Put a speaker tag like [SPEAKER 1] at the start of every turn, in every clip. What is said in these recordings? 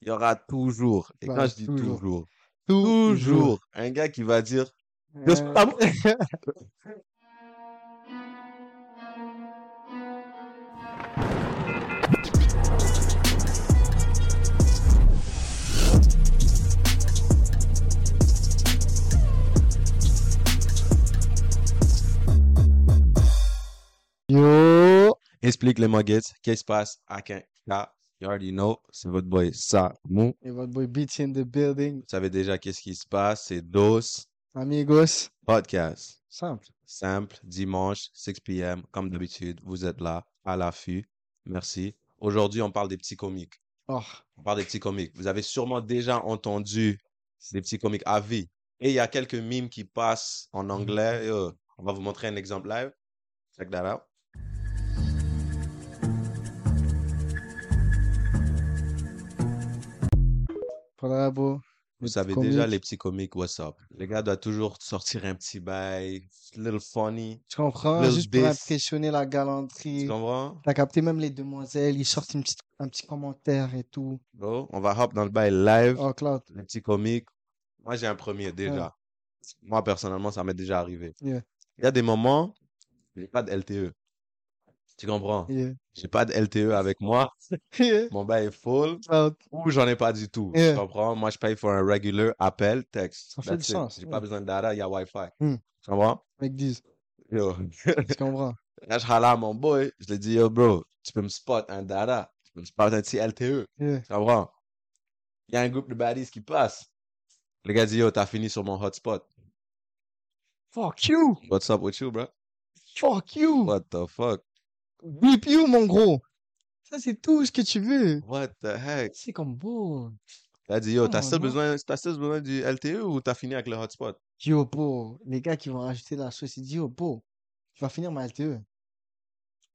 [SPEAKER 1] il y aura toujours, et
[SPEAKER 2] Il y
[SPEAKER 1] quand
[SPEAKER 2] aura
[SPEAKER 1] je dis
[SPEAKER 2] Bah, toujours.
[SPEAKER 1] toujours, toujours, un gars qui va dire,
[SPEAKER 2] Euh,
[SPEAKER 1] je suis pas moi.
[SPEAKER 2] Yo.
[SPEAKER 1] Explique les muggets, qu'est-ce qui se passe, à quin, là, you already know, c'est votre boy Samu.
[SPEAKER 2] Et votre boy Beats in the building.
[SPEAKER 1] Vous savez déjà qu'est-ce qui se passe, c'est DOS
[SPEAKER 2] Amigos.
[SPEAKER 1] Podcast.
[SPEAKER 2] Simple.
[SPEAKER 1] Simple, dimanche, 6 p.m., comme d'habitude, vous êtes là, à l'affût. Merci. Aujourd'hui, on parle des petits comiques.
[SPEAKER 2] Oh.
[SPEAKER 1] On parle des petits comiques. Vous avez sûrement déjà entendu des petits comiques à vie. Et il y a quelques mimes qui passent en anglais. Euh, on va vous montrer un exemple live. Check that out.
[SPEAKER 2] Bravo.
[SPEAKER 1] Vous savez déjà les petits comiques, what's up? Les gars doivent toujours sortir un petit bail, little funny.
[SPEAKER 2] Tu comprends?
[SPEAKER 1] Little
[SPEAKER 2] Juste pour
[SPEAKER 1] Biz.
[SPEAKER 2] impressionner la
[SPEAKER 1] Tu
[SPEAKER 2] galanterie.
[SPEAKER 1] comprends?
[SPEAKER 2] T'as capté même les demoiselles, ils sortent une petite, un petit commentaire et tout.
[SPEAKER 1] Go. On va hop dans le bail live.
[SPEAKER 2] Oh, Cloud.
[SPEAKER 1] les petits comiques. Moi, j'ai un premier déjà. Moi, personnellement, ça m'est déjà arrivé.
[SPEAKER 2] Yeah.
[SPEAKER 1] Il y a des moments, j'ai pas de LTE. Tu comprends?
[SPEAKER 2] Yeah.
[SPEAKER 1] J'ai pas de LTE avec moi.
[SPEAKER 2] Yeah.
[SPEAKER 1] Mon bail est full.
[SPEAKER 2] Cloud.
[SPEAKER 1] Ou j'en ai pas du tout.
[SPEAKER 2] Yeah.
[SPEAKER 1] Tu comprends? Moi, je paye pour un regular appel, texte.
[SPEAKER 2] Ça fait
[SPEAKER 1] That's
[SPEAKER 2] du
[SPEAKER 1] it.
[SPEAKER 2] sens,
[SPEAKER 1] J'ai
[SPEAKER 2] ouais.
[SPEAKER 1] pas besoin de data, il y a Wi-Fi.
[SPEAKER 2] Hmm.
[SPEAKER 1] Tu comprends?
[SPEAKER 2] Mec, dis.
[SPEAKER 1] Yo.
[SPEAKER 2] Tu comprends?
[SPEAKER 1] Là, je râle à mon boy. Je lui dis, yo, bro, tu peux me spot un data. Tu peux me spot un petit LTE.
[SPEAKER 2] Yeah.
[SPEAKER 1] E. Tu comprends? Il y a un groupe de baddies qui passe. Le gars dit, yo, t'as fini sur mon hotspot.
[SPEAKER 2] Fuck you.
[SPEAKER 1] What's up with you, bro?
[SPEAKER 2] Fuck you.
[SPEAKER 1] What the fuck?
[SPEAKER 2] Whip you, mon gros. Ça, c'est tout ce que tu veux.
[SPEAKER 1] What the heck?
[SPEAKER 2] C'est comme beau.
[SPEAKER 1] T'as dit, yo,
[SPEAKER 2] Oh,
[SPEAKER 1] t'as still,
[SPEAKER 2] non.
[SPEAKER 1] besoin, t'as still besoin du LTE ou t'as fini avec le hotspot?
[SPEAKER 2] Yo, bro. Les gars qui vont rajouter la sauce, ils disent, yo, bro. Tu vas finir ma LTE.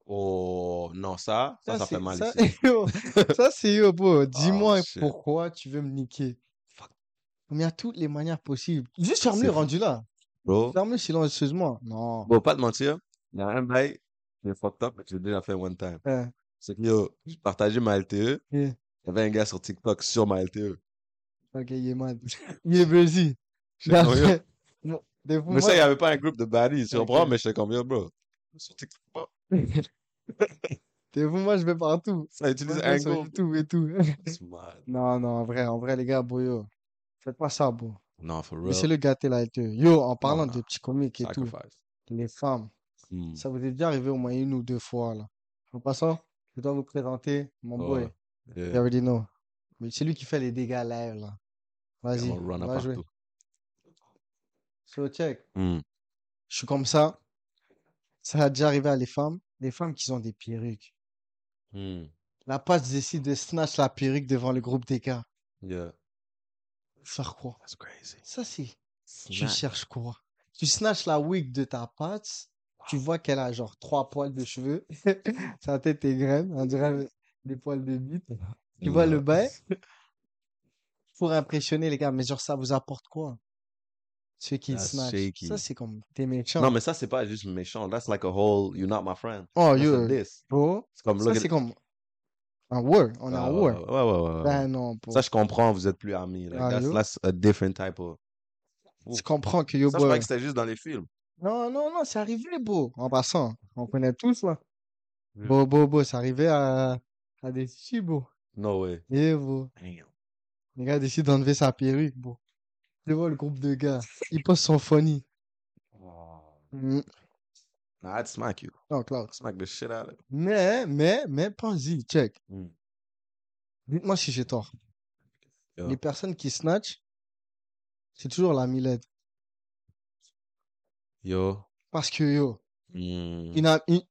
[SPEAKER 1] Oh, non, ça, ça, ça,
[SPEAKER 2] c'est-
[SPEAKER 1] fait mal
[SPEAKER 2] ça-
[SPEAKER 1] ici. Ah,
[SPEAKER 2] yo, ça, c'est yo, bro. Dis-moi
[SPEAKER 1] shit.
[SPEAKER 2] pourquoi tu veux me niquer. Fuck. Mais il y a toutes les manières possibles. Juste ferme-le
[SPEAKER 1] C'est-
[SPEAKER 2] rendu là.
[SPEAKER 1] Bro,
[SPEAKER 2] Ferme-le silencieusement. Non.
[SPEAKER 1] bon, pas te mentir, il y a un bail, j'ai fucked up, mais j'ai déjà fait one time.
[SPEAKER 2] Euh,
[SPEAKER 1] C'est que, yo, je partageais ma LTE,
[SPEAKER 2] Yeah.
[SPEAKER 1] il y avait un gars sur TikTok sur ma E. LTE.
[SPEAKER 2] ok, il est mad. Il est busy.
[SPEAKER 1] J'étais comme, yo,
[SPEAKER 2] Après, bon, des fois,
[SPEAKER 1] Mais ça, il n'y avait pas un groupe de baddies, tu
[SPEAKER 2] Ok.
[SPEAKER 1] comprends? Mais j'étais comme, yo, bro, sur TikTok,
[SPEAKER 2] moi, des fois, moi, je vais partout.
[SPEAKER 1] ça
[SPEAKER 2] Moi,
[SPEAKER 1] utilise
[SPEAKER 2] je
[SPEAKER 1] un
[SPEAKER 2] vais sur
[SPEAKER 1] groupe.
[SPEAKER 2] YouTube et tout.
[SPEAKER 1] It's mad.
[SPEAKER 2] Non, non, en vrai, en vrai, les gars, bro, yo. Faites pas ça, bro.
[SPEAKER 1] Non, for real.
[SPEAKER 2] Laissez-le gâter la LTE. Yo, en parlant
[SPEAKER 1] non.
[SPEAKER 2] de petits comiques et tout,
[SPEAKER 1] Sacrifice.
[SPEAKER 2] les femmes.
[SPEAKER 1] Hmm.
[SPEAKER 2] Ça vous est déjà arrivé au moins une ou deux fois, là. En passant, je dois vous présenter mon
[SPEAKER 1] Oh,
[SPEAKER 2] boy.
[SPEAKER 1] yeah.
[SPEAKER 2] You already know. Mais c'est lui qui fait les dégâts live, là. Vas-y,
[SPEAKER 1] Et on run
[SPEAKER 2] on va jouer.
[SPEAKER 1] partout.
[SPEAKER 2] So, check.
[SPEAKER 1] Hmm.
[SPEAKER 2] Je suis comme ça. Ça a déjà arrivé à les femmes. Les femmes qui ont des perruques.
[SPEAKER 1] Hmm.
[SPEAKER 2] La page décide de snatch la perruque devant le groupe des gars.
[SPEAKER 1] Yeah.
[SPEAKER 2] Faire quoi?
[SPEAKER 1] That's crazy.
[SPEAKER 2] Ça, c'est... Tu
[SPEAKER 1] Snatch.
[SPEAKER 2] cherches quoi? Tu snatches la wig de ta patte. Tu vois qu'elle a genre trois poils de cheveux. Sa tête est graine. On dirait des poils de bite. Tu vois
[SPEAKER 1] Yeah.
[SPEAKER 2] le bail? Pour impressionner les gars, mais genre ça vous apporte quoi? Ceux qui
[SPEAKER 1] That's
[SPEAKER 2] snatch.
[SPEAKER 1] shaky.
[SPEAKER 2] Ça, c'est comme t'es méchant.
[SPEAKER 1] Ah, Non, mais ça, c'est pas juste méchant. That's like a whole, you're not my friend.
[SPEAKER 2] oh,
[SPEAKER 1] That's
[SPEAKER 2] yo,
[SPEAKER 1] a diss.
[SPEAKER 2] bro.
[SPEAKER 1] C'est comme,
[SPEAKER 2] Ça,
[SPEAKER 1] look at-
[SPEAKER 2] c'est comme un war. On a
[SPEAKER 1] Ah,
[SPEAKER 2] un
[SPEAKER 1] ouais,
[SPEAKER 2] war.
[SPEAKER 1] ouais, ouais, ouais, ouais.
[SPEAKER 2] Ben non, bro.
[SPEAKER 1] Ça, je comprends, vous êtes plus amis. Like,
[SPEAKER 2] Ah,
[SPEAKER 1] that's,
[SPEAKER 2] yo.
[SPEAKER 1] that's a different type of. Ouh.
[SPEAKER 2] Tu comprends que yo,
[SPEAKER 1] Ça, je
[SPEAKER 2] bro. euh,
[SPEAKER 1] croyais que c'était juste dans les films.
[SPEAKER 2] Non, non, non, c'est arrivé, beau. En passant, on connaît tous, là.
[SPEAKER 1] Oui.
[SPEAKER 2] Beau, beau, beau, c'est arrivé à, à des filles, beau.
[SPEAKER 1] No way.
[SPEAKER 2] Et beau.
[SPEAKER 1] Damn.
[SPEAKER 2] Les gars décident d'enlever sa perruque, beau. Tu vois le groupe de gars. Ils postent son funny. Mm.
[SPEAKER 1] Nah, I'd smack you.
[SPEAKER 2] Non, Cloud.
[SPEAKER 1] I'd smack the shit out of you.
[SPEAKER 2] Mais, mais, mais, pense-y, check.
[SPEAKER 1] Mm.
[SPEAKER 2] Dites-moi si j'ai tort.
[SPEAKER 1] Yo.
[SPEAKER 2] Les personnes qui snatch, c'est toujours la millette.
[SPEAKER 1] Yo.
[SPEAKER 2] Parce que, yo,
[SPEAKER 1] Mm.
[SPEAKER 2] une, am- une-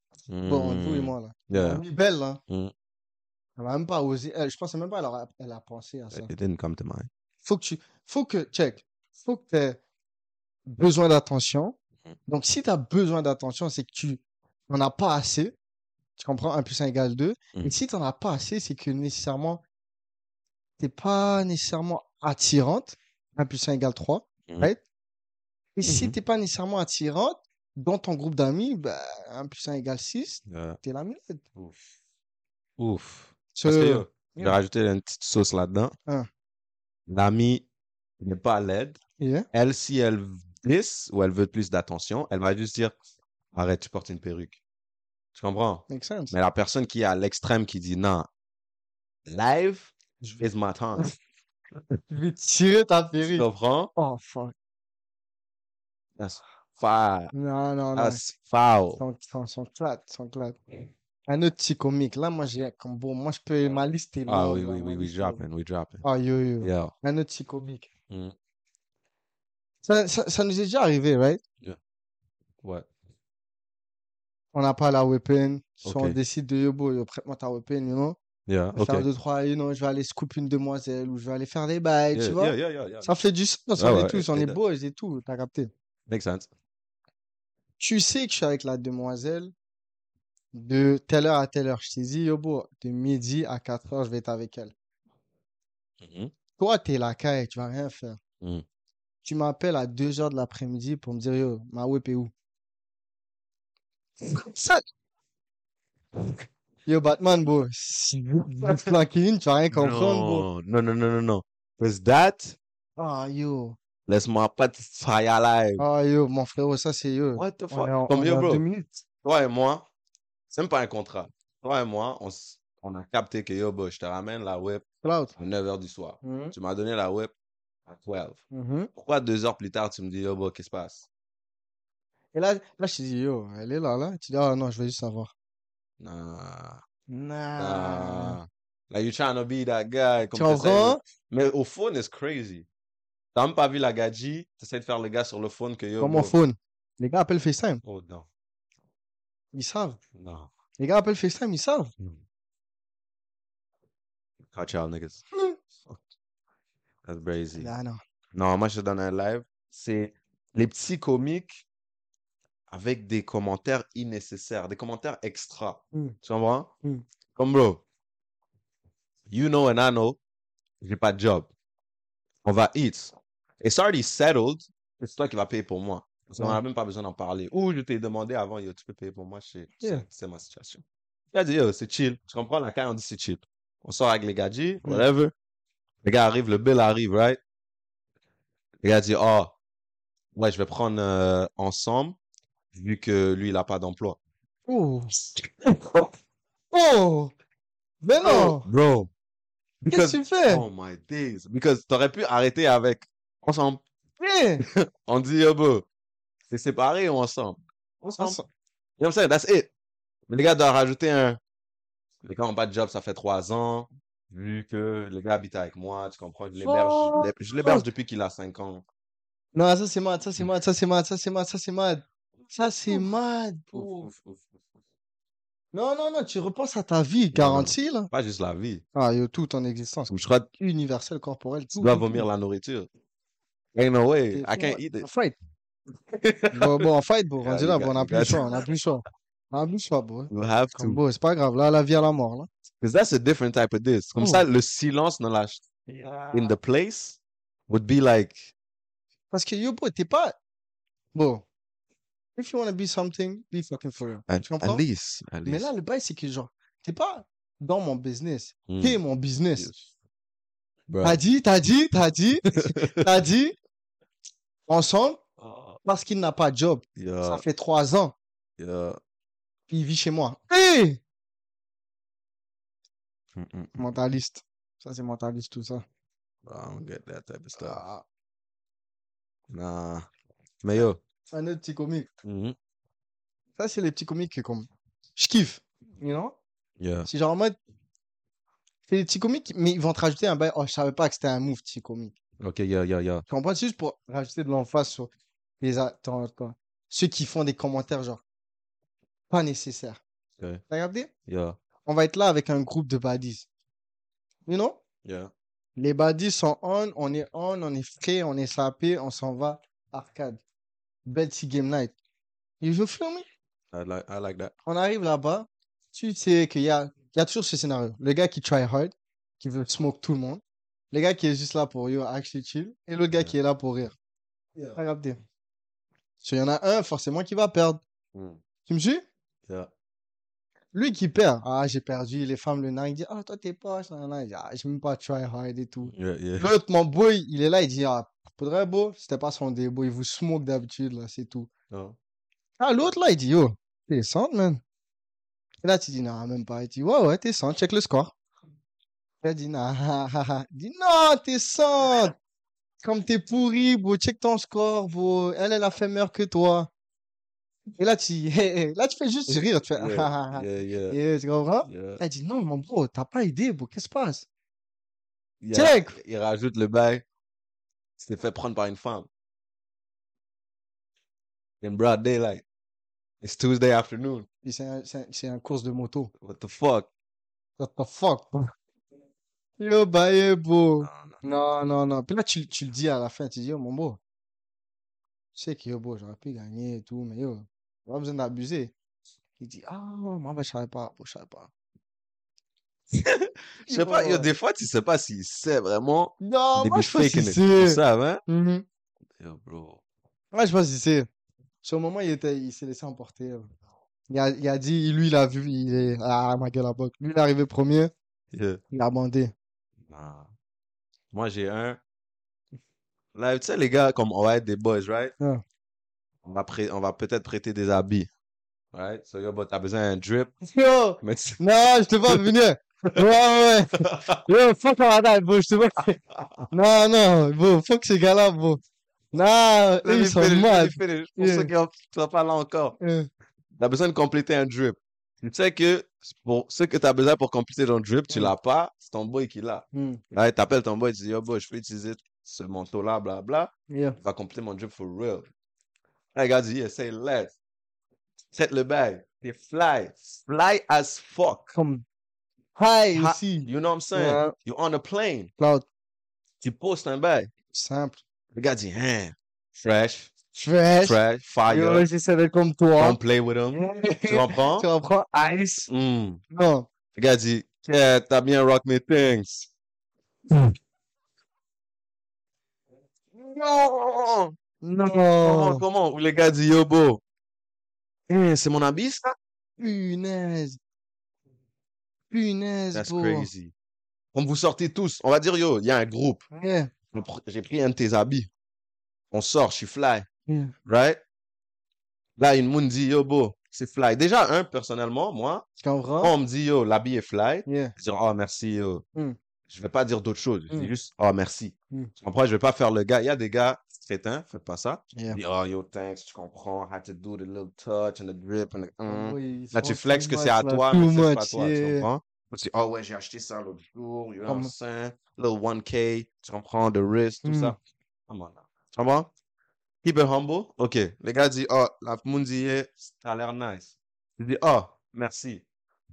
[SPEAKER 2] bon,
[SPEAKER 1] Mm.
[SPEAKER 2] vous et moi, là. Une
[SPEAKER 1] Yeah.
[SPEAKER 2] amie belle, là.
[SPEAKER 1] Mm.
[SPEAKER 2] Elle va même pas oser. elle- je pense même pas elle aura- elle a pensé à ça.
[SPEAKER 1] It didn't come to mind.
[SPEAKER 2] faut que tu, faut que, check, faut que t'aies besoin d'attention.
[SPEAKER 1] Mhm.
[SPEAKER 2] Donc, si t'as besoin d'attention, c'est que tu n'en as pas assez. Tu comprends? 1 plus 1 égale 2.
[SPEAKER 1] Mhm.
[SPEAKER 2] Et si t'en as pas assez, c'est que nécessairement, t'es pas nécessairement attirante. 1 plus 1 égale 3.
[SPEAKER 1] Mhm.
[SPEAKER 2] Right? Et si
[SPEAKER 1] Mhm.
[SPEAKER 2] t'es pas nécessairement attirante, dans ton groupe d'amis, bah, 1 plus 1 égale 6,
[SPEAKER 1] Yeah.
[SPEAKER 2] t'es la mienne.
[SPEAKER 1] Ouf. Ouf.
[SPEAKER 2] So,
[SPEAKER 1] Parce que, yo, Je vais
[SPEAKER 2] Yeah.
[SPEAKER 1] rajouter une petite sauce là-dedans.
[SPEAKER 2] Euh, Ah.
[SPEAKER 1] L'ami n'est pas laide.
[SPEAKER 2] Yeah.
[SPEAKER 1] Elle, si elle glisse ou elle veut plus d'attention, elle va juste dire Arrête, tu portes une perruque. Tu comprends?
[SPEAKER 2] Makes sense.
[SPEAKER 1] Mais la personne qui est à l'extrême qui dit Non, live is my time.
[SPEAKER 2] Je vais tirer ta
[SPEAKER 1] tu
[SPEAKER 2] perruque.
[SPEAKER 1] comprends?
[SPEAKER 2] Oh, fuck.
[SPEAKER 1] That's foul.
[SPEAKER 2] Non, non, non.
[SPEAKER 1] That's foul.
[SPEAKER 2] Sans, sans, sans clap, sans clap. Un autre petit comique. Là, moi, j'ai un combo. Moi, je peux. Ma liste est
[SPEAKER 1] Ah
[SPEAKER 2] longue,
[SPEAKER 1] oui,
[SPEAKER 2] là,
[SPEAKER 1] oui,
[SPEAKER 2] ma
[SPEAKER 1] oui, we
[SPEAKER 2] liste est longue.
[SPEAKER 1] dropping, we dropping.
[SPEAKER 2] Ah, yo, yo.
[SPEAKER 1] Yeah.
[SPEAKER 2] Un autre petit comique.
[SPEAKER 1] Mm.
[SPEAKER 2] Ça, ça, ça nous est déjà arrivé, right?
[SPEAKER 1] Ouais.
[SPEAKER 2] On n'a pas la weapon. Soit on
[SPEAKER 1] Ok.
[SPEAKER 2] décide de yo, bro, yo, prête-moi ta weapon, you know?
[SPEAKER 1] Yeah,
[SPEAKER 2] Je vais Faire
[SPEAKER 1] ok.
[SPEAKER 2] deux, trois, you know, je vais aller scoop une demoiselle ou je vais aller faire des bails,
[SPEAKER 1] Yeah,
[SPEAKER 2] tu vois?
[SPEAKER 1] yeah, yeah, yeah, yeah.
[SPEAKER 2] Ça fait du sens,
[SPEAKER 1] Ah
[SPEAKER 2] on
[SPEAKER 1] ouais,
[SPEAKER 2] est tous, on
[SPEAKER 1] et
[SPEAKER 2] est
[SPEAKER 1] de-
[SPEAKER 2] boys et tout, t'as capté.
[SPEAKER 1] Makes sense.
[SPEAKER 2] Tu sais que je suis avec la demoiselle de telle heure à telle heure. Je t'ai dit, yo, bro, de midi à 4 heures, je vais être avec elle.
[SPEAKER 1] Mhm.
[SPEAKER 2] Toi, t'es la caille, tu vas rien faire.
[SPEAKER 1] Mm.
[SPEAKER 2] Tu m'appelles à 2 heures de l'après-midi pour me dire, yo, ma whip est où? Ça... Yo, Batman, bro, si vous vous planquez une, tu vas rien comprendre, bro.
[SPEAKER 1] No, no, no, no, no. Because that,
[SPEAKER 2] Ah, yo.
[SPEAKER 1] laisse-moi pas te fire alive.
[SPEAKER 2] Ah, yo, mon frérot, ça, c'est yo.
[SPEAKER 1] What the
[SPEAKER 2] On
[SPEAKER 1] fuck?
[SPEAKER 2] est en, on
[SPEAKER 1] Comme
[SPEAKER 2] est
[SPEAKER 1] yo,
[SPEAKER 2] en
[SPEAKER 1] bro.
[SPEAKER 2] deux minutes.
[SPEAKER 1] Toi et moi, c'est même pas un contrat. Toi et moi, on, s- on a capté que yo, bro, je te ramène la web
[SPEAKER 2] Cloud.
[SPEAKER 1] à 9h du soir.
[SPEAKER 2] Mhm.
[SPEAKER 1] Tu m'as donné la web à 12.
[SPEAKER 2] Mhm.
[SPEAKER 1] Pourquoi deux heures plus tard, tu me dis yo, bro, qu'est-ce qui se passe?
[SPEAKER 2] Et là, là, je te dis, yo, elle est là, là. Tu dis, ah non, je vais juste savoir. Ah.
[SPEAKER 1] Nah,
[SPEAKER 2] Nah.
[SPEAKER 1] nah. Like, you trying to be that guy.
[SPEAKER 2] Tu
[SPEAKER 1] Ah, Comme t'essayes de-
[SPEAKER 2] comprends?
[SPEAKER 1] Mais au phone, it's crazy. T'as même pas vu la gadji, t'essayes de faire le gars sur le phone que yo.
[SPEAKER 2] Comme mon
[SPEAKER 1] bro.
[SPEAKER 2] phone. Les gars appellent FaceTime.
[SPEAKER 1] Oh non,
[SPEAKER 2] Ils savent.
[SPEAKER 1] non.
[SPEAKER 2] Les gars appellent FaceTime, ils savent.
[SPEAKER 1] Catch y'all niggas. That's crazy.
[SPEAKER 2] Ah non.
[SPEAKER 1] Non, moi je te donne un live. C'est les petits comiques avec des commentaires innécessaires, des commentaires extra.
[SPEAKER 2] Mm.
[SPEAKER 1] Tu comprends?
[SPEAKER 2] Mm.
[SPEAKER 1] Comme bro, you know and I know, j'ai pas de job. On va eat. It's already settled. C'est toi qui vas payer pour moi. Parce qu'on
[SPEAKER 2] Ouais.
[SPEAKER 1] n'a même pas besoin d'en parler. Ou je t'ai demandé avant, yo, tu peux payer pour moi, je sais- je sais-
[SPEAKER 2] Yeah.
[SPEAKER 1] c'est ma situation. Il a dit, yo, c'est chill. Tu comprends? La carte, on dit c'est chill. On sort avec les gadgets,
[SPEAKER 2] Mm.
[SPEAKER 1] whatever. Les gars arrivent, le bill arrive, right? Les gars disent, oh, ouais, je vais prendre euh, ensemble, vu que lui, il n'a pas d'emploi.
[SPEAKER 2] Oh. Oh. Mais
[SPEAKER 1] Oh.
[SPEAKER 2] non.
[SPEAKER 1] Bro.
[SPEAKER 2] Qu'est-ce
[SPEAKER 1] Because,
[SPEAKER 2] que tu fais?
[SPEAKER 1] oh my days. Because t'aurais pu arrêter avec ensemble.
[SPEAKER 2] Eh,
[SPEAKER 1] On dit, yo, bro, c'est séparé ou ensemble? Ensemble.
[SPEAKER 2] ensemble.
[SPEAKER 1] You know what I'm saying? That's it. Mais les gars doivent rajouter un. Les gars n'ont pas de job, ça fait trois ans. Vu que les gars habitent avec moi, tu comprends? Je l'héberge, je l'hé- je l'héberge depuis qu'il a cinq ans.
[SPEAKER 2] Non, ça c'est mad, ça c'est mad, ça c'est mad, ça c'est mad, ça c'est mad. Ça c'est mad, bro.
[SPEAKER 1] Ouf, ouf, ouf, ouf.
[SPEAKER 2] Non, non, non, tu repenses à ta vie garantie, là.
[SPEAKER 1] Pas juste la vie.
[SPEAKER 2] Ah, yo, tout en existence.
[SPEAKER 1] Je crois que
[SPEAKER 2] Universelle, corporelle,
[SPEAKER 1] tu
[SPEAKER 2] tout.
[SPEAKER 1] dois
[SPEAKER 2] tout, tout.
[SPEAKER 1] vomir la nourriture. Ain't no way.
[SPEAKER 2] T'es
[SPEAKER 1] I can't
[SPEAKER 2] fou,
[SPEAKER 1] eat
[SPEAKER 2] en
[SPEAKER 1] it.
[SPEAKER 2] fight. bon, bon, en fight, bon,
[SPEAKER 1] Yeah,
[SPEAKER 2] rendu
[SPEAKER 1] you
[SPEAKER 2] là,
[SPEAKER 1] got-
[SPEAKER 2] bon, on n'a
[SPEAKER 1] you
[SPEAKER 2] plus le
[SPEAKER 1] got-
[SPEAKER 2] choix, on n'a plus le choix. On n'a plus le choix, bon.
[SPEAKER 1] You have
[SPEAKER 2] Comme
[SPEAKER 1] to.
[SPEAKER 2] bon, c'est pas grave, là, la vie à la mort, là.
[SPEAKER 1] Because that's a different type of this. Comme
[SPEAKER 2] Oh.
[SPEAKER 1] ça, le silence dans la, ch- in the place would be like,
[SPEAKER 2] Parce que, yo, bro, t'es pas. Bon. If you wanna be something, be fucking for real.
[SPEAKER 1] at,
[SPEAKER 2] Tu comprends?
[SPEAKER 1] at least, at
[SPEAKER 2] Mais
[SPEAKER 1] least.
[SPEAKER 2] là, le bail, c'est que, genre, t'es pas dans mon business.
[SPEAKER 1] Mm.
[SPEAKER 2] T'es mon business.
[SPEAKER 1] Yes. Bro.
[SPEAKER 2] T'as dit, t'as dit, t'as dit, t'as dit. Ensemble,
[SPEAKER 1] Oh.
[SPEAKER 2] parce qu'il n'a pas de job.
[SPEAKER 1] Yeah,
[SPEAKER 2] Ça fait trois ans.
[SPEAKER 1] yeah.
[SPEAKER 2] Puis il vit chez moi. Hey!
[SPEAKER 1] Mm, mm, mm.
[SPEAKER 2] Mentaliste. Ça, c'est mentaliste, tout ça.
[SPEAKER 1] I don't get that type of stuff.
[SPEAKER 2] Ah.
[SPEAKER 1] Nah. Mais yo.
[SPEAKER 2] Un autre petit comique.
[SPEAKER 1] Mhm.
[SPEAKER 2] Ça, c'est les petits comiques que comme. Je kiffe. You know?
[SPEAKER 1] Yeah.
[SPEAKER 2] C'est genre en mode. C'est les petits comiques, mais ils vont te rajouter un bail. Oh, je savais pas que c'était un move, petit comique.
[SPEAKER 1] Ok, yeah, yeah, yeah.
[SPEAKER 2] Tu comprends? C'est juste pour rajouter de l'emphase sur les attends, quoi. Ceux qui font des commentaires, genre. Pas nécessaire.
[SPEAKER 1] Ok.
[SPEAKER 2] T'as regardé?
[SPEAKER 1] Yeah.
[SPEAKER 2] On va être là avec un groupe de baddies. You know?
[SPEAKER 1] Yeah.
[SPEAKER 2] Les baddies sont on, on est on, on est frais, on est sapé, on s'en va. Arcade. Betsy Game Night. You you feel me?
[SPEAKER 1] I like, I like that.
[SPEAKER 2] on arrive là-bas, tu sais qu'il y a, il y a toujours ce scénario. Le gars qui try hard, qui veut smoke tout le monde. Le gars qui est juste là pour yo, actually chill. Et le gars
[SPEAKER 1] Ouais.
[SPEAKER 2] qui est là pour rire. Regardez. S'il y en a un, forcément, qui va perdre.
[SPEAKER 1] Mm.
[SPEAKER 2] Tu me suis?
[SPEAKER 1] Yeah.
[SPEAKER 2] Lui qui perd. Ah, j'ai perdu. Les femmes le narguent. Il dit, ah, toi, t'es poche. Nan, nan, nan. Il dit, ah, j'ai même pas try hard et tout.
[SPEAKER 1] Yeah, yeah.
[SPEAKER 2] L'autre, mon boy, il est là. Il dit, ah, faudrait beau. C'était pas son débo. Il vous smoke d'habitude, là, c'est tout.
[SPEAKER 1] Non.
[SPEAKER 2] Ah, l'autre, là, il dit, yo, t'es descente, man. Et là, tu dis, non, même pas. Il dit, ouais, ouais, t'es descente. Check le score. Il dit, non, ah, ah, ah. Il dit, non, t'es descente. Comme t'es pourri, bro. Check ton score, bro. Elle, elle a fait meilleur que toi. Et là, tu, eh, là, tu fais juste rire. Tu fais, ah, ah, ah.
[SPEAKER 1] Yeah, yeah,
[SPEAKER 2] Et tu comprends?
[SPEAKER 1] yeah.
[SPEAKER 2] Elle dit, non, mon bro, t'as pas idée, bro. Qu'est-ce qui se passe?
[SPEAKER 1] Il, ra-
[SPEAKER 2] Check!
[SPEAKER 1] il rajoute le bail. S'est fait prendre par une femme. In broad daylight. It's Tuesday afternoon.
[SPEAKER 2] Puis c'est un, c'est un- c'est un course de moto.
[SPEAKER 1] What the fuck?
[SPEAKER 2] What the fuck, bro? Yo, bah, yeah, bro. Non, non, non. Puis là, tu, tu le dis à la fin, tu dis, yo, mon bro, tu sais que, yo, bro, j'aurais pu gagner et tout, mais yo, pas besoin d'abuser. Il dit, ah, moi, bah, je savais pas, bro, je savais pas.
[SPEAKER 1] Je sais pas, yo,
[SPEAKER 2] Ouais.
[SPEAKER 1] des fois, tu sais pas s'il sait vraiment. They
[SPEAKER 2] Non, Oh. moi,
[SPEAKER 1] be
[SPEAKER 2] je pense
[SPEAKER 1] faking
[SPEAKER 2] qu'il
[SPEAKER 1] it. Ils
[SPEAKER 2] sait.
[SPEAKER 1] savent, hein?
[SPEAKER 2] Mhm.
[SPEAKER 1] Yo, bro.
[SPEAKER 2] Ouais, je pense qu'il sait. Sur le moment, il était, il s'est laissé emporter. euh. Il a, il a dit, lui, il a vu, il est, ah, ma gueule à boc. Lui, il est arrivé premier,
[SPEAKER 1] Yeah.
[SPEAKER 2] il a bandé.
[SPEAKER 1] Nah. Moi, j'ai un. Là, tu sais, les gars, comme on va être des boys, right?
[SPEAKER 2] Ouais.
[SPEAKER 1] On va, pré- on va peut-être prêter des habits. Right? So, yo, bro, t'as besoin d'un drip.
[SPEAKER 2] Yo!
[SPEAKER 1] Mais tu-
[SPEAKER 2] Non, je te vois venir. Ouais, ouais. Yo, fuck la madame, bro, je te vois. Non, non, bro, fuck ces gars-là, bro. Non,
[SPEAKER 1] Let
[SPEAKER 2] eux,
[SPEAKER 1] me
[SPEAKER 2] ils sont
[SPEAKER 1] finish, let
[SPEAKER 2] mad.
[SPEAKER 1] me finish. Pour
[SPEAKER 2] Yeah.
[SPEAKER 1] ceux qui ont- qui sont pas là encore.
[SPEAKER 2] Euh,
[SPEAKER 1] T'as besoin de compléter un drip. Tu sais que pour ce que t'as besoin pour compléter ton drip, tu
[SPEAKER 2] Mm.
[SPEAKER 1] l'as pas, c'est ton boy qui l'a.
[SPEAKER 2] hmm,
[SPEAKER 1] Right? T'appelles ton boy, tu dis, yo, boy, je peux utiliser ce manteau-là, bla, bla.
[SPEAKER 2] yeah.
[SPEAKER 1] Il va compléter mon drip for real. Là, le gars dit, yeah, say less. Set le bag. T'es fly. Fly as fuck.
[SPEAKER 2] Comme, hi,
[SPEAKER 1] Ha-
[SPEAKER 2] ici.
[SPEAKER 1] You know what I'm saying?
[SPEAKER 2] Yeah.
[SPEAKER 1] You're on a plane.
[SPEAKER 2] Cloud,
[SPEAKER 1] Tu postes un bag.
[SPEAKER 2] simple.
[SPEAKER 1] Le gars dit, hein, fresh,
[SPEAKER 2] Fresh.
[SPEAKER 1] fresh, fire.
[SPEAKER 2] Yo, j'essaie d'être comme toi.
[SPEAKER 1] Don't play with him. Tu
[SPEAKER 2] Tu
[SPEAKER 1] comprends?
[SPEAKER 2] comprends? Ice.
[SPEAKER 1] Mm.
[SPEAKER 2] Non.
[SPEAKER 1] Le gars dit, yeah, t'as bien rock me things.
[SPEAKER 2] Hmm.
[SPEAKER 1] Non! Comment,
[SPEAKER 2] Non.
[SPEAKER 1] comment? Ou le gars dit, yo, bro. Eh, c'est mon habit, ça?
[SPEAKER 2] Punaise. Punaise,
[SPEAKER 1] That's
[SPEAKER 2] bro.
[SPEAKER 1] crazy. Comme vous sortez tous, on va dire, yo, il y a un groupe.
[SPEAKER 2] Yeah.
[SPEAKER 1] Je pr- J'ai pris un de tes habits. On sort, je suis fly.
[SPEAKER 2] Yeah.
[SPEAKER 1] Right? Là, une moune dit, yo, bro, c'est fly. Déjà, un, personnellement, moi,
[SPEAKER 2] Tu comprends?
[SPEAKER 1] quand on me dit, yo, l'habit est fly,
[SPEAKER 2] Yeah.
[SPEAKER 1] je vais dire, oh, merci, yo.
[SPEAKER 2] Mm.
[SPEAKER 1] Je vais pas dire d'autres choses. Je dis
[SPEAKER 2] Mm.
[SPEAKER 1] juste, oh, merci.
[SPEAKER 2] Mm.
[SPEAKER 1] Tu comprends? Je vais pas faire le gars. Il y a des gars crétins, faites pas ça.
[SPEAKER 2] Yeah.
[SPEAKER 1] Ils disent, oh, yo, thanks, tu comprends. Had to do the little touch and the drip and the, mm.
[SPEAKER 2] Oh, ils
[SPEAKER 1] Là,
[SPEAKER 2] sont
[SPEAKER 1] tu flexes
[SPEAKER 2] too
[SPEAKER 1] que
[SPEAKER 2] much,
[SPEAKER 1] c'est à
[SPEAKER 2] là,
[SPEAKER 1] toi,
[SPEAKER 2] too
[SPEAKER 1] mais c'est pas
[SPEAKER 2] much,
[SPEAKER 1] toi, tu
[SPEAKER 2] yeah.
[SPEAKER 1] comprends? Tu dis, oh ouais, j'ai acheté ça l'autre jour, you know what I'm
[SPEAKER 2] Comme-
[SPEAKER 1] saying? Little 1K, tu comprends, the wrist, tout
[SPEAKER 2] Mm.
[SPEAKER 1] ça. Come on now. Tu comprends? Keep it humble. OK. Les gars disent, oh, la moon dit, yeah, t'as l'air nice. Je dis, oh, merci.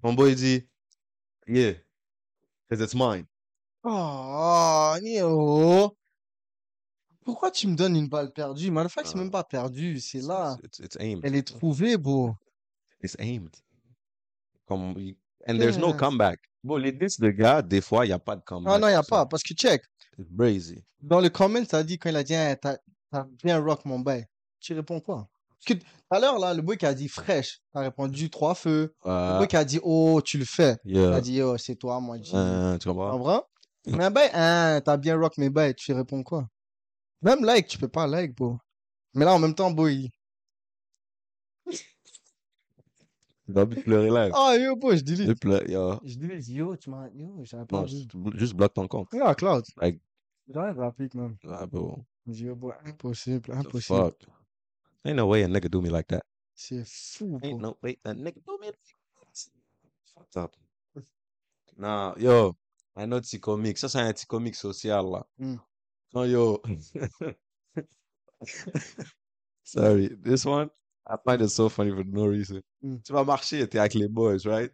[SPEAKER 1] Mon boy dit, yeah, because it's mine.
[SPEAKER 2] Oh, Néo. Pourquoi tu me donnes une balle perdue? Matter of fact, c'est
[SPEAKER 1] Ah.
[SPEAKER 2] même pas perdu, c'est
[SPEAKER 1] It's-
[SPEAKER 2] là.
[SPEAKER 1] It's, it's aimed.
[SPEAKER 2] Elle est trouvée, bro.
[SPEAKER 1] It's aimed. Comme, il- and there's no
[SPEAKER 2] Yeah.
[SPEAKER 1] comeback. Bon, les disques de gars, des fois, il n'y a pas de comeback.
[SPEAKER 2] Ah non, il a
[SPEAKER 1] ça.
[SPEAKER 2] pas, parce que check.
[SPEAKER 1] It's crazy.
[SPEAKER 2] Dans le comment, ça dit quand il a dit, Hey, t'as t'as bien rock mon bail. Tu réponds quoi? Parce que tout à l'heure, là, le boy qui a dit fraîche, t'as répondu trois feux. Le
[SPEAKER 1] Ah, Euh.
[SPEAKER 2] boy qui a dit, oh, tu le fais. T'as
[SPEAKER 1] yeah.
[SPEAKER 2] dit, oh, c'est toi, moi, je dis.
[SPEAKER 1] Ah, tu comprends?
[SPEAKER 2] En vrai? Mais un bail, hein, t'as bien rock mes bails, tu réponds quoi? Même like, tu peux pas like, bro. Mais là, en même temps, boy, il-
[SPEAKER 1] J'ai envie de pleurer là.
[SPEAKER 2] Ah, yo, boy, je dis
[SPEAKER 1] Je pleure, yo.
[SPEAKER 2] Je dis, yo, tu m'as. Yo, j'avais pas
[SPEAKER 1] Non,
[SPEAKER 2] vu.
[SPEAKER 1] juste, blo- juste bloque ton compte.
[SPEAKER 2] Yeah, Cloud.
[SPEAKER 1] Like-
[SPEAKER 2] J'aurais rapide, même.
[SPEAKER 1] Ah, bro.
[SPEAKER 2] Je dis, yo, boy, impossible,
[SPEAKER 1] the
[SPEAKER 2] impossible.
[SPEAKER 1] fuck. Ain't no way a nigga do me like that.
[SPEAKER 2] C'est fou,
[SPEAKER 1] Ain't
[SPEAKER 2] bro.
[SPEAKER 1] no way a nigga do me like that. Fucked up. Nah, yo. Un autre petit comique. Ça, c'est un petit comique social, là.
[SPEAKER 2] Mm.
[SPEAKER 1] Quand yo. Sorry. This one, I find it so funny for no reason.
[SPEAKER 2] Mm.
[SPEAKER 1] Tu vas marcher, t'es avec les boys, right?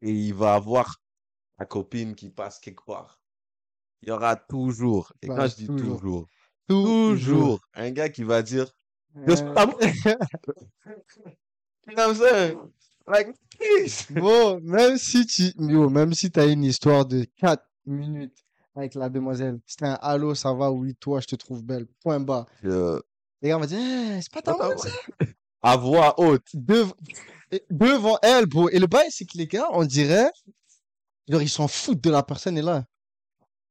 [SPEAKER 1] Et il va avoir ta copine qui passe quelque part. Il y aura toujours, et
[SPEAKER 2] Bah,
[SPEAKER 1] quand je dis
[SPEAKER 2] toujours.
[SPEAKER 1] toujours, toujours, un gars qui va dire, Yo, c'est
[SPEAKER 2] Euh,
[SPEAKER 1] pas moi. You know what I'm saying? Like, please.
[SPEAKER 2] Bro, même si tu. Yo, même si t'as une histoire de 4 minutes avec la demoiselle, c'était un allô, ça va, oui, toi, je te trouve belle. Point bas.
[SPEAKER 1] Je-
[SPEAKER 2] Les gars vont dire, Eh, c'est pas ta
[SPEAKER 1] Attends,
[SPEAKER 2] moindre, ça.
[SPEAKER 1] À voix haute.
[SPEAKER 2] Dev- Et devant elle, bro. Et le bail, c'est que les gars, on dirait, genre, ils s'en foutent de la personne, et là.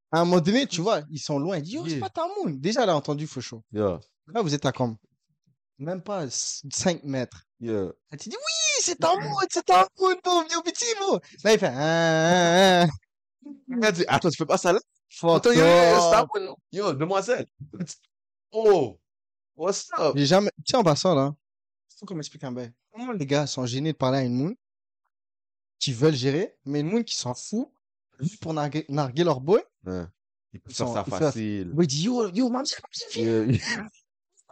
[SPEAKER 2] À un moment donné, tu vois, ils sont loin. Ils disent, yo, c'est
[SPEAKER 1] Yeah.
[SPEAKER 2] pas ta moune. Déjà, elle a entendu Fauchon.
[SPEAKER 1] Yeah,
[SPEAKER 2] Là, vous êtes à comme, même pas 5 mètres.
[SPEAKER 1] yeah.
[SPEAKER 2] Elle te dit, oui, c'est ta moune, c'est ta moune, bro, viens au petit, bro. Là, il fait, ah, ah, ah,
[SPEAKER 1] Elle dit, attends, tu fais pas ça là?
[SPEAKER 2] fuck
[SPEAKER 1] Attends, yo, yo, yo,
[SPEAKER 2] off.
[SPEAKER 1] stop. Yo, demoiselle. Oh, what's up?
[SPEAKER 2] J'ai jamais. Tiens, en passant, là, faut qu'on m'explique un bail. Comment les gars sont gênés de parler à une moune qui veulent gérer, mais une moune qui s'en fout juste pour narguer, narguer leur boy?
[SPEAKER 1] Ouais. Il peut
[SPEAKER 2] Ils
[SPEAKER 1] faire
[SPEAKER 2] sont-
[SPEAKER 1] ça
[SPEAKER 2] ils sont-
[SPEAKER 1] facile.
[SPEAKER 2] Oui, dit yo, yo, maman, c'est comme ça, viens,
[SPEAKER 1] Yeah, yeah.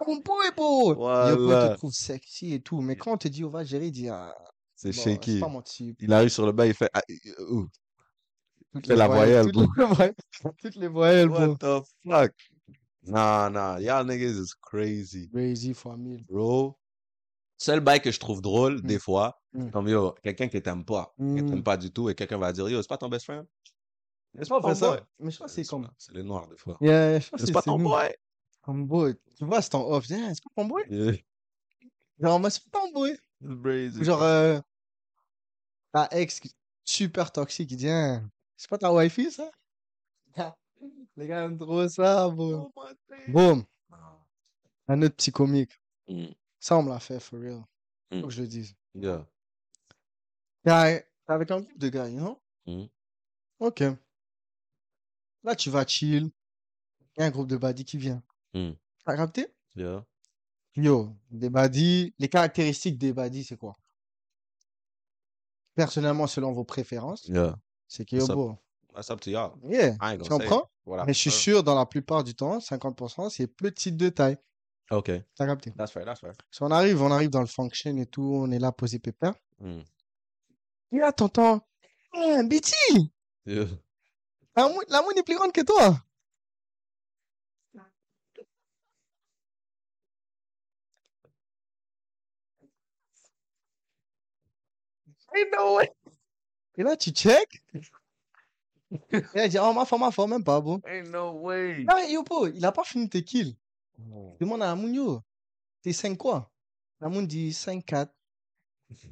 [SPEAKER 2] mon boy, bro. Yo, bro, il
[SPEAKER 1] Voilà.
[SPEAKER 2] te trouve sexy et tout, mais quand on te dit, on va gérer, il dit, ah,
[SPEAKER 1] C'est
[SPEAKER 2] bon,
[SPEAKER 1] shaky.
[SPEAKER 2] c'est pas mon type.
[SPEAKER 1] Il arrive sur le bain, il fait. ah, euh, ouh.
[SPEAKER 2] Toutes
[SPEAKER 1] Fais la voyelle,
[SPEAKER 2] toutes les voyelles, toutes les voyelles, bro.
[SPEAKER 1] What the fuck? Nah, nah, y'all niggas is crazy,
[SPEAKER 2] Crazy fois mille.
[SPEAKER 1] bro. Seul bail que je trouve drôle,
[SPEAKER 2] Mm.
[SPEAKER 1] des fois,
[SPEAKER 2] Mm.
[SPEAKER 1] comme yo, quelqu'un qui t'aime pas, qui
[SPEAKER 2] Mm.
[SPEAKER 1] t'aime pas du tout, et quelqu'un va dire, yo, c'est pas ton best friend? C'est pas
[SPEAKER 2] Ton
[SPEAKER 1] ton boy.
[SPEAKER 2] boy. Mais je crois que c'est comme.
[SPEAKER 1] C'est les noirs, des fois.
[SPEAKER 2] Yeah, je crois que
[SPEAKER 1] C'est pas
[SPEAKER 2] c'est
[SPEAKER 1] ton
[SPEAKER 2] nous.
[SPEAKER 1] boy.
[SPEAKER 2] Ton boy. Tu vois, c'est ton off. Je dis, Ah, C'est pas ton boy.
[SPEAKER 1] Yeah, it's
[SPEAKER 2] Genre, moi, c'est pas ton boy. Ou
[SPEAKER 1] crazy.
[SPEAKER 2] Genre, euh, ta ex qui- super toxique, il dit, Hein, c'est pas ta wifi, ça? Les gars aiment trop ça, euh, bon.
[SPEAKER 1] Oh, my thing.
[SPEAKER 2] Bon, un autre petit comique.
[SPEAKER 1] Mm.
[SPEAKER 2] Ça, on me l'a fait, for real.
[SPEAKER 1] Mm.
[SPEAKER 2] Faut que je le dise.
[SPEAKER 1] Yeah.
[SPEAKER 2] T'es à- t'es avec un groupe de gars, you know?
[SPEAKER 1] Mm.
[SPEAKER 2] Ok. Là, tu vas chill. Il y a un groupe de badis qui vient.
[SPEAKER 1] Mm.
[SPEAKER 2] T'as capté?
[SPEAKER 1] Yeah.
[SPEAKER 2] Yo, des badis, les caractéristiques des badis, c'est quoi? Personnellement, selon vos préférences,
[SPEAKER 1] Yeah.
[SPEAKER 2] c'est que, yo,
[SPEAKER 1] Ça- Ah,
[SPEAKER 2] bro,
[SPEAKER 1] That's up to y'all.
[SPEAKER 2] yeah.
[SPEAKER 1] I ain't
[SPEAKER 2] Tu
[SPEAKER 1] gonna say it.
[SPEAKER 2] comprends?
[SPEAKER 1] Voilà.
[SPEAKER 2] Mais je suis
[SPEAKER 1] Sure.
[SPEAKER 2] sûr, dans la plupart du temps, 50%, c'est petite de taille.
[SPEAKER 1] Okay.
[SPEAKER 2] T'as capté?
[SPEAKER 1] That's fair. That's fair.
[SPEAKER 2] Si on arrive, on arrive dans le function et tout, on est là posé pépère.
[SPEAKER 1] Mm.
[SPEAKER 2] Et là, t'entends, un Betty,
[SPEAKER 1] Yeah.
[SPEAKER 2] la moune, la moune est plus grande que toi. Et là, tu check. Et là, il dit, oh, ma femme, ma femme, même pas, bon.
[SPEAKER 1] Ain't no way. Oh.
[SPEAKER 2] Non, yo, bro, il a pas fini tes kills. Demande à la moune, yo, t'es 5 quoi? La moune dit 5-4.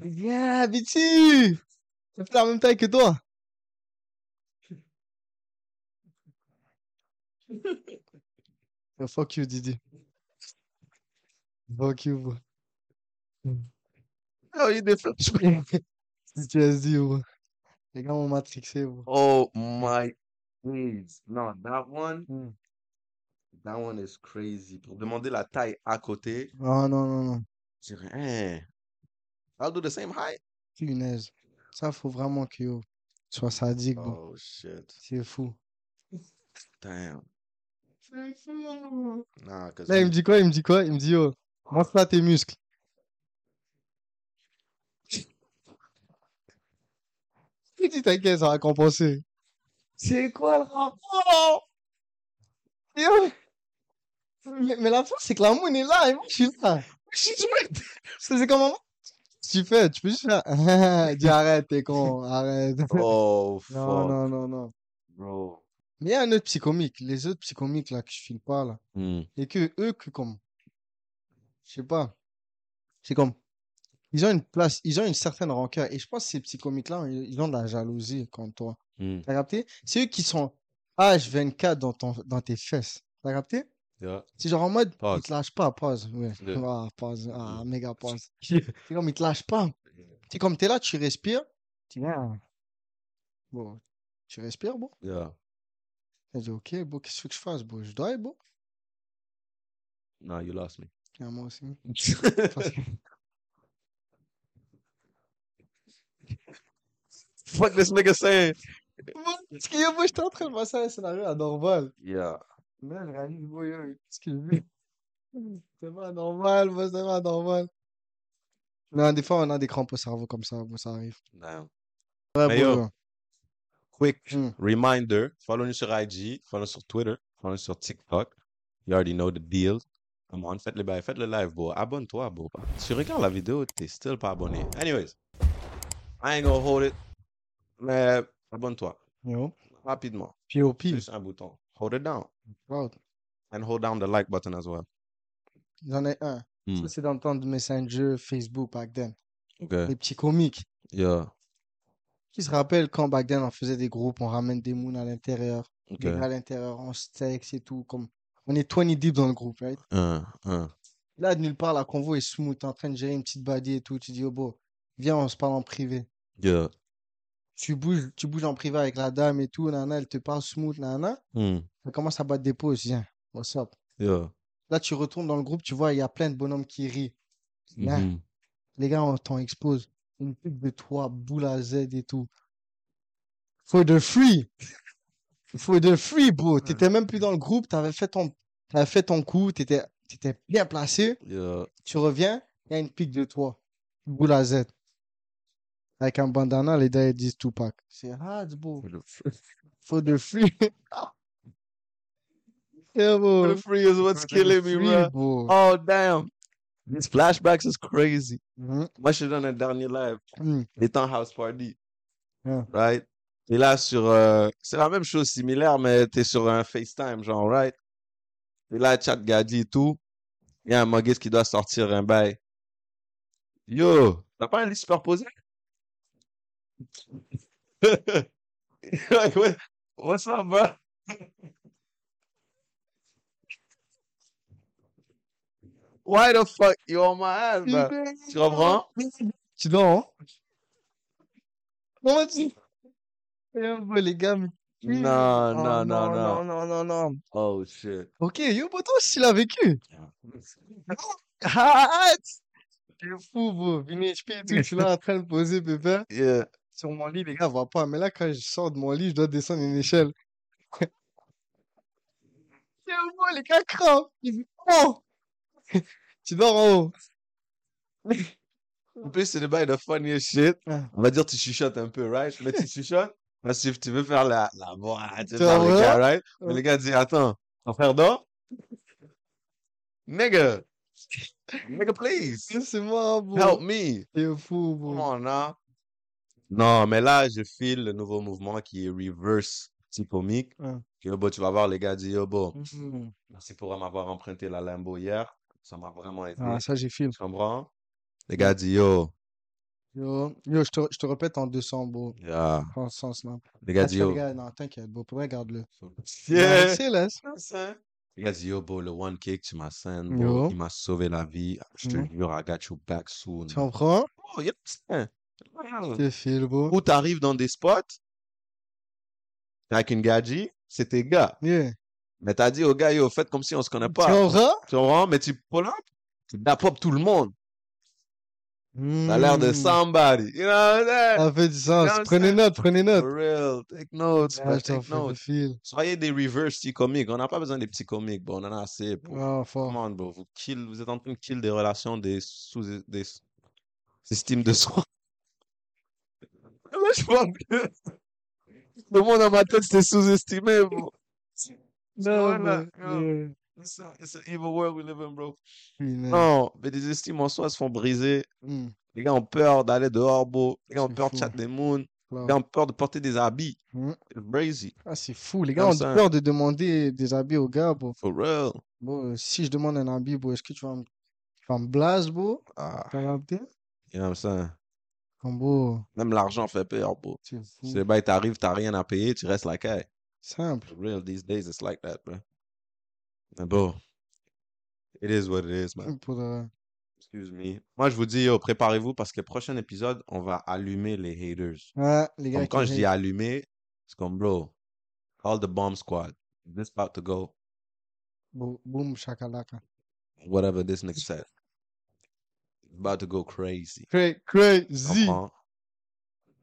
[SPEAKER 2] Il dit, ah, Betty, c'est plus la même taille que toi. Yo, fuck you, Didi. Fuck you, bro.
[SPEAKER 1] Oh, you did flip
[SPEAKER 2] CTSD, bro. Les gars m'ont matrixé, bro.
[SPEAKER 1] Oh my days. Non, that one,
[SPEAKER 2] Mm.
[SPEAKER 1] that one is crazy. Pour demander la taille à côté,
[SPEAKER 2] Ah, non, non, non.
[SPEAKER 1] je dirais, hein, I'll do the same height.
[SPEAKER 2] Punaise. Ça, faut vraiment que yo, tu sois sadique, bro.
[SPEAKER 1] Oh shit.
[SPEAKER 2] C'est fou.
[SPEAKER 1] Damn. Nah, cause
[SPEAKER 2] Là, il
[SPEAKER 1] me-
[SPEAKER 2] me dit quoi? Il me dit quoi? Il me dit, yo, montre là tes muscles. Il dit, t'inquiète, ça va compenser. Oh! C'est quoi le rapport? Yo. Mais, mais la fin, c'est que la moune est là, et moi, je suis là. C'est c'est comme un moment, qu'est-ce que tu fais? Tu peux juste faire, dis arrête, t'es con, arrête.
[SPEAKER 1] Oh fuck,
[SPEAKER 2] Non, non, non, non.
[SPEAKER 1] bro.
[SPEAKER 2] Mais il y a un autre psychomique, les autres psychomiques là que je file pas là,
[SPEAKER 1] Mm.
[SPEAKER 2] et que eux que comme, je sais pas, c'est comme, ils ont une place, ils ont une certaine rancœur, et je pense que ces psychomiques là, ils ont de la jalousie comme toi.
[SPEAKER 1] Mm.
[SPEAKER 2] T'as capté? C'est eux qui sont H24 dans ton, dans tes fesses. T'as capté?
[SPEAKER 1] Yeah.
[SPEAKER 2] C'est genre en mode,
[SPEAKER 1] Pause.
[SPEAKER 2] ils te lâchent pas, pause, ouais,
[SPEAKER 1] Yeah.
[SPEAKER 2] ah, pause, ah,
[SPEAKER 1] Yeah.
[SPEAKER 2] méga pause. C'est comme, ils te lâchent pas. C'est comme, t'es là, tu respires, tu viens, bon, tu respires, bon.
[SPEAKER 1] Yeah.
[SPEAKER 2] Elle dit, ok, bon, qu'est-ce que je fasse, bon, je dois, bon.
[SPEAKER 1] Nah, you lost me.
[SPEAKER 2] Ah, moi aussi.
[SPEAKER 1] Fuck
[SPEAKER 2] Parce que-
[SPEAKER 1] this nigga saying.
[SPEAKER 2] Parce que yo, moi, j'étais en train de passer un scénario anormal.
[SPEAKER 1] Yeah.
[SPEAKER 2] Mais là, je réalise, moi, yo, qu'est-ce que je vis? C'est pas normal, moi, c'est pas normal. Non, des fois, on a des crampes au cerveau comme ça, bon, ça arrive.
[SPEAKER 1] Damn.
[SPEAKER 2] Ouais,
[SPEAKER 1] Mais
[SPEAKER 2] bon,
[SPEAKER 1] yo.
[SPEAKER 2] yo.
[SPEAKER 1] Quick
[SPEAKER 2] Hmm.
[SPEAKER 1] reminder, follow-nous sur IG, follow-nous sur Twitter, follow-nous sur TikTok. You already know the deal. Come on, faites le bail, faites le live, bro. Abonne-toi, bro. Tu regardes la vidéo, t'es still pas abonné. Anyways, I ain't gonna hold it, mais abonne-toi
[SPEAKER 2] Yo.
[SPEAKER 1] rapidement.
[SPEAKER 2] POP,
[SPEAKER 1] Juste un bouton. Hold it down.
[SPEAKER 2] proud.
[SPEAKER 1] And hold down the like button as well.
[SPEAKER 2] J'en ai un.
[SPEAKER 1] Hmm.
[SPEAKER 2] Ça, c'est dans le temps de Messenger, Facebook, back then.
[SPEAKER 1] OK.
[SPEAKER 2] les petits comiques.
[SPEAKER 1] Yeah.
[SPEAKER 2] Qui se rappellent quand back then on faisait des groupes, on ramène des moons à l'intérieur,
[SPEAKER 1] OK.
[SPEAKER 2] des gars à l'intérieur, on se texte et tout. Comme... On est 20 deep dans le groupe, right?
[SPEAKER 1] Un, un.
[SPEAKER 2] Là, de nulle part, la convo est smooth, t'es en train de gérer une petite baddie et tout. Tu dis, oh, bon, viens, on se parle en privé.
[SPEAKER 1] Yeah.
[SPEAKER 2] Tu bouges, tu bouges en privé avec la dame et tout, nana, elle te parle smooth, nana.
[SPEAKER 1] Hmm.
[SPEAKER 2] Elle commence à battre des pauses, viens, what's up?
[SPEAKER 1] Yeah.
[SPEAKER 2] Là, tu retournes dans le groupe, tu vois, il y a plein de bonhommes qui rient. Là,
[SPEAKER 1] Mhm.
[SPEAKER 2] les gars, on t'en expose. Une pub de toi, boule à Z et tout. For the free. For the free, bro. T'étais même plus dans le groupe, t'avais fait ton, t'avais fait ton coup, t'étais, t'étais bien placé.
[SPEAKER 1] Yeah.
[SPEAKER 2] Tu reviens, il y a une pique de toi. Boule à Z. Avec un bandana, les gars, ils disent Tupac. C'est hard, bro.
[SPEAKER 1] Mm-hmm.
[SPEAKER 2] For the free. yeah, bro.
[SPEAKER 1] The free is what's
[SPEAKER 2] For the
[SPEAKER 1] killing me,
[SPEAKER 2] free,
[SPEAKER 1] bro.
[SPEAKER 2] bro.
[SPEAKER 1] Oh, damn. These flashbacks is crazy.
[SPEAKER 2] Mhm.
[SPEAKER 1] Moi, je suis dans le dernier live.
[SPEAKER 2] Mhm.
[SPEAKER 1] était en house party.
[SPEAKER 2] Yeah.
[SPEAKER 1] Right? Et là, sur. euh, c'est la même chose similaire, mais t'es sur un FaceTime, genre, right? Et là, chat Gadi et tout. Il y a un Muggis qui doit sortir un bail. Yo, t'as pas un lit superposé? Like, what- what's up, bro? Why the fuck you on my ass, bro? Bah, Tu comprends?
[SPEAKER 2] Bah, Tu dors, hein? Comment tu... Eh, bon, les gars, mais...
[SPEAKER 1] Non,
[SPEAKER 2] Oh,
[SPEAKER 1] non, non, non.
[SPEAKER 2] non, non, non, non.
[SPEAKER 1] Oh shit.
[SPEAKER 2] Ok, yo, bon, toi aussi, il a vécu. Ah, T'es fou, bro. Vini HP et tout, je suis là en train de poser, pépère.
[SPEAKER 1] Yeah.
[SPEAKER 2] Sur mon lit, les gars, voient pas. Mais là, quand je sors de mon lit, je dois descendre une échelle. C'est au moins, les gars, crampent. Ils disent, oh! Tu dors en haut.
[SPEAKER 1] En plus, c'est le bail de funniest shit.
[SPEAKER 2] Ah.
[SPEAKER 1] On va dire tu chuchotes un peu, right? Mais tu chuchotes parce que tu veux faire la, la voix, tu veux
[SPEAKER 2] Tu
[SPEAKER 1] faire
[SPEAKER 2] vois?
[SPEAKER 1] le gars, right? Mais
[SPEAKER 2] Ouais.
[SPEAKER 1] le gars dit, attends, ton frère dort? Nigga. Nigga, please.
[SPEAKER 2] C'est moi, bro.
[SPEAKER 1] Help me.
[SPEAKER 2] T'es fou, bro.
[SPEAKER 1] Come on, now. Non, mais là, je file le nouveau mouvement qui est reverse petit comique.
[SPEAKER 2] Ouais.
[SPEAKER 1] Que, bon, tu vas voir, les gars dire, yo, bon,
[SPEAKER 2] Mhm.
[SPEAKER 1] merci pour m'avoir emprunté la Lambo hier. Ça m'a vraiment aidé.
[SPEAKER 2] Ah, ça, j'ai film.
[SPEAKER 1] Tu comprends? Les gars disent, yo,
[SPEAKER 2] Yo, yo, je te, je te répète en 200, bro.
[SPEAKER 1] yeah.
[SPEAKER 2] Prends ce sens, là.
[SPEAKER 1] Les gars
[SPEAKER 2] Ah, tu
[SPEAKER 1] disent,
[SPEAKER 2] fais le
[SPEAKER 1] yo.
[SPEAKER 2] gars, non, t'inquiète, bro. Pour vrai, garde-le.
[SPEAKER 1] Yeah.
[SPEAKER 2] Non, C'est là. c'est-
[SPEAKER 1] Les gars disent, yo, bro, le one kick, tu m'as sain,
[SPEAKER 2] Yo.
[SPEAKER 1] bro. Il m'a sauvé la vie. Je te
[SPEAKER 2] Mhm.
[SPEAKER 1] jure, I got you back soon.
[SPEAKER 2] Tu comprends?
[SPEAKER 1] Oh, you understand? Hmm.
[SPEAKER 2] T'es fil, bro.
[SPEAKER 1] Ou t'arrives dans des spots, avec une gadji, c'est tes gars.
[SPEAKER 2] Yeah.
[SPEAKER 1] Mais t'as dit au gars, yo, faites comme si on se connaît
[SPEAKER 2] Tu
[SPEAKER 1] pas.
[SPEAKER 2] comprends?
[SPEAKER 1] Tu comprends? Mais tu pull up, tu dap up tout le monde. T'as l'air de
[SPEAKER 2] Hmm.
[SPEAKER 1] somebody. You know what I'm saying?
[SPEAKER 2] Ça fait du sens.
[SPEAKER 1] Non,
[SPEAKER 2] Prenez
[SPEAKER 1] ça-
[SPEAKER 2] note, prenez note.
[SPEAKER 1] For real. Take notes,
[SPEAKER 2] Ah,
[SPEAKER 1] bro.
[SPEAKER 2] je t'en
[SPEAKER 1] Take
[SPEAKER 2] fais le
[SPEAKER 1] notes.
[SPEAKER 2] fil.
[SPEAKER 1] Soyez des reverse petits comiques. On n'a pas besoin des petits comiques, bro. On en a assez. bro.
[SPEAKER 2] Ah, fort.
[SPEAKER 1] Come on, bro. Vous, kill, vous êtes en train de kill des relations, des sous des estimes de soi. Là, je pense que le monde dans ma tête, c'était sous-estimé, bro.
[SPEAKER 2] Non,
[SPEAKER 1] Voilà,
[SPEAKER 2] mais-
[SPEAKER 1] non.
[SPEAKER 2] yeah.
[SPEAKER 1] It's a- it's an evil world we live in, bro.
[SPEAKER 2] Punaise.
[SPEAKER 1] Non, mais des estimes en soi se font briser.
[SPEAKER 2] Hmm,
[SPEAKER 1] Les gars ont peur d'aller dehors, bro. Les gars ont
[SPEAKER 2] C'est
[SPEAKER 1] peur de
[SPEAKER 2] fou.
[SPEAKER 1] chat des moons.
[SPEAKER 2] wow.
[SPEAKER 1] Les gars ont peur de porter des habits.
[SPEAKER 2] Mhm.
[SPEAKER 1] It's crazy.
[SPEAKER 2] Ah, c'est fou. Les gars
[SPEAKER 1] Comme
[SPEAKER 2] ont
[SPEAKER 1] ça.
[SPEAKER 2] peur de demander des habits aux gars, bro.
[SPEAKER 1] For real.
[SPEAKER 2] Bon, euh, si je demande un habit, bro, est-ce que tu vas me, tu vas me blase, bro?
[SPEAKER 1] Ah,
[SPEAKER 2] Tu vas regarder?
[SPEAKER 1] you know what I'm saying?
[SPEAKER 2] Comme, bro,
[SPEAKER 1] Même l'argent fait peur, bro.
[SPEAKER 2] c'est fou.
[SPEAKER 1] C'est bah, t'arrives, t'as rien à payer, tu restes la caille.
[SPEAKER 2] Simple.
[SPEAKER 1] For real, these days, it's like that, bro. Mais bon, it is what it is, man.
[SPEAKER 2] Pour de-
[SPEAKER 1] Excuse me. Moi, je vous dis, yo, préparez-vous parce que prochain épisode, on va allumer les haters.
[SPEAKER 2] Ah, les gars
[SPEAKER 1] Comme quand
[SPEAKER 2] qui
[SPEAKER 1] je dis allumer, c'est comme, bro, call the bomb squad. This about to go,
[SPEAKER 2] Bo- Boum, shakalaka.
[SPEAKER 1] whatever this nigga said. It's about to go crazy.
[SPEAKER 2] Cra- Crazy.
[SPEAKER 1] Comprends?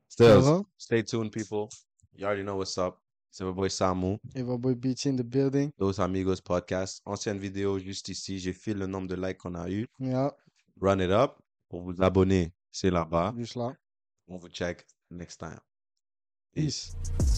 [SPEAKER 2] Ça
[SPEAKER 1] Still,
[SPEAKER 2] va?
[SPEAKER 1] stay tuned, people. You already know what's up. C'est my boy Samu.
[SPEAKER 2] Et va boy BT in the building.
[SPEAKER 1] Los Amigos Podcast. Ancienne vidéo juste ici. J'ai fait le nombre de likes qu'on a eu.
[SPEAKER 2] Yeah,
[SPEAKER 1] Run it up. Pour vous abonner, c'est là-bas.
[SPEAKER 2] juste là.
[SPEAKER 1] On vous check next time.
[SPEAKER 2] Peace.
[SPEAKER 1] Peace.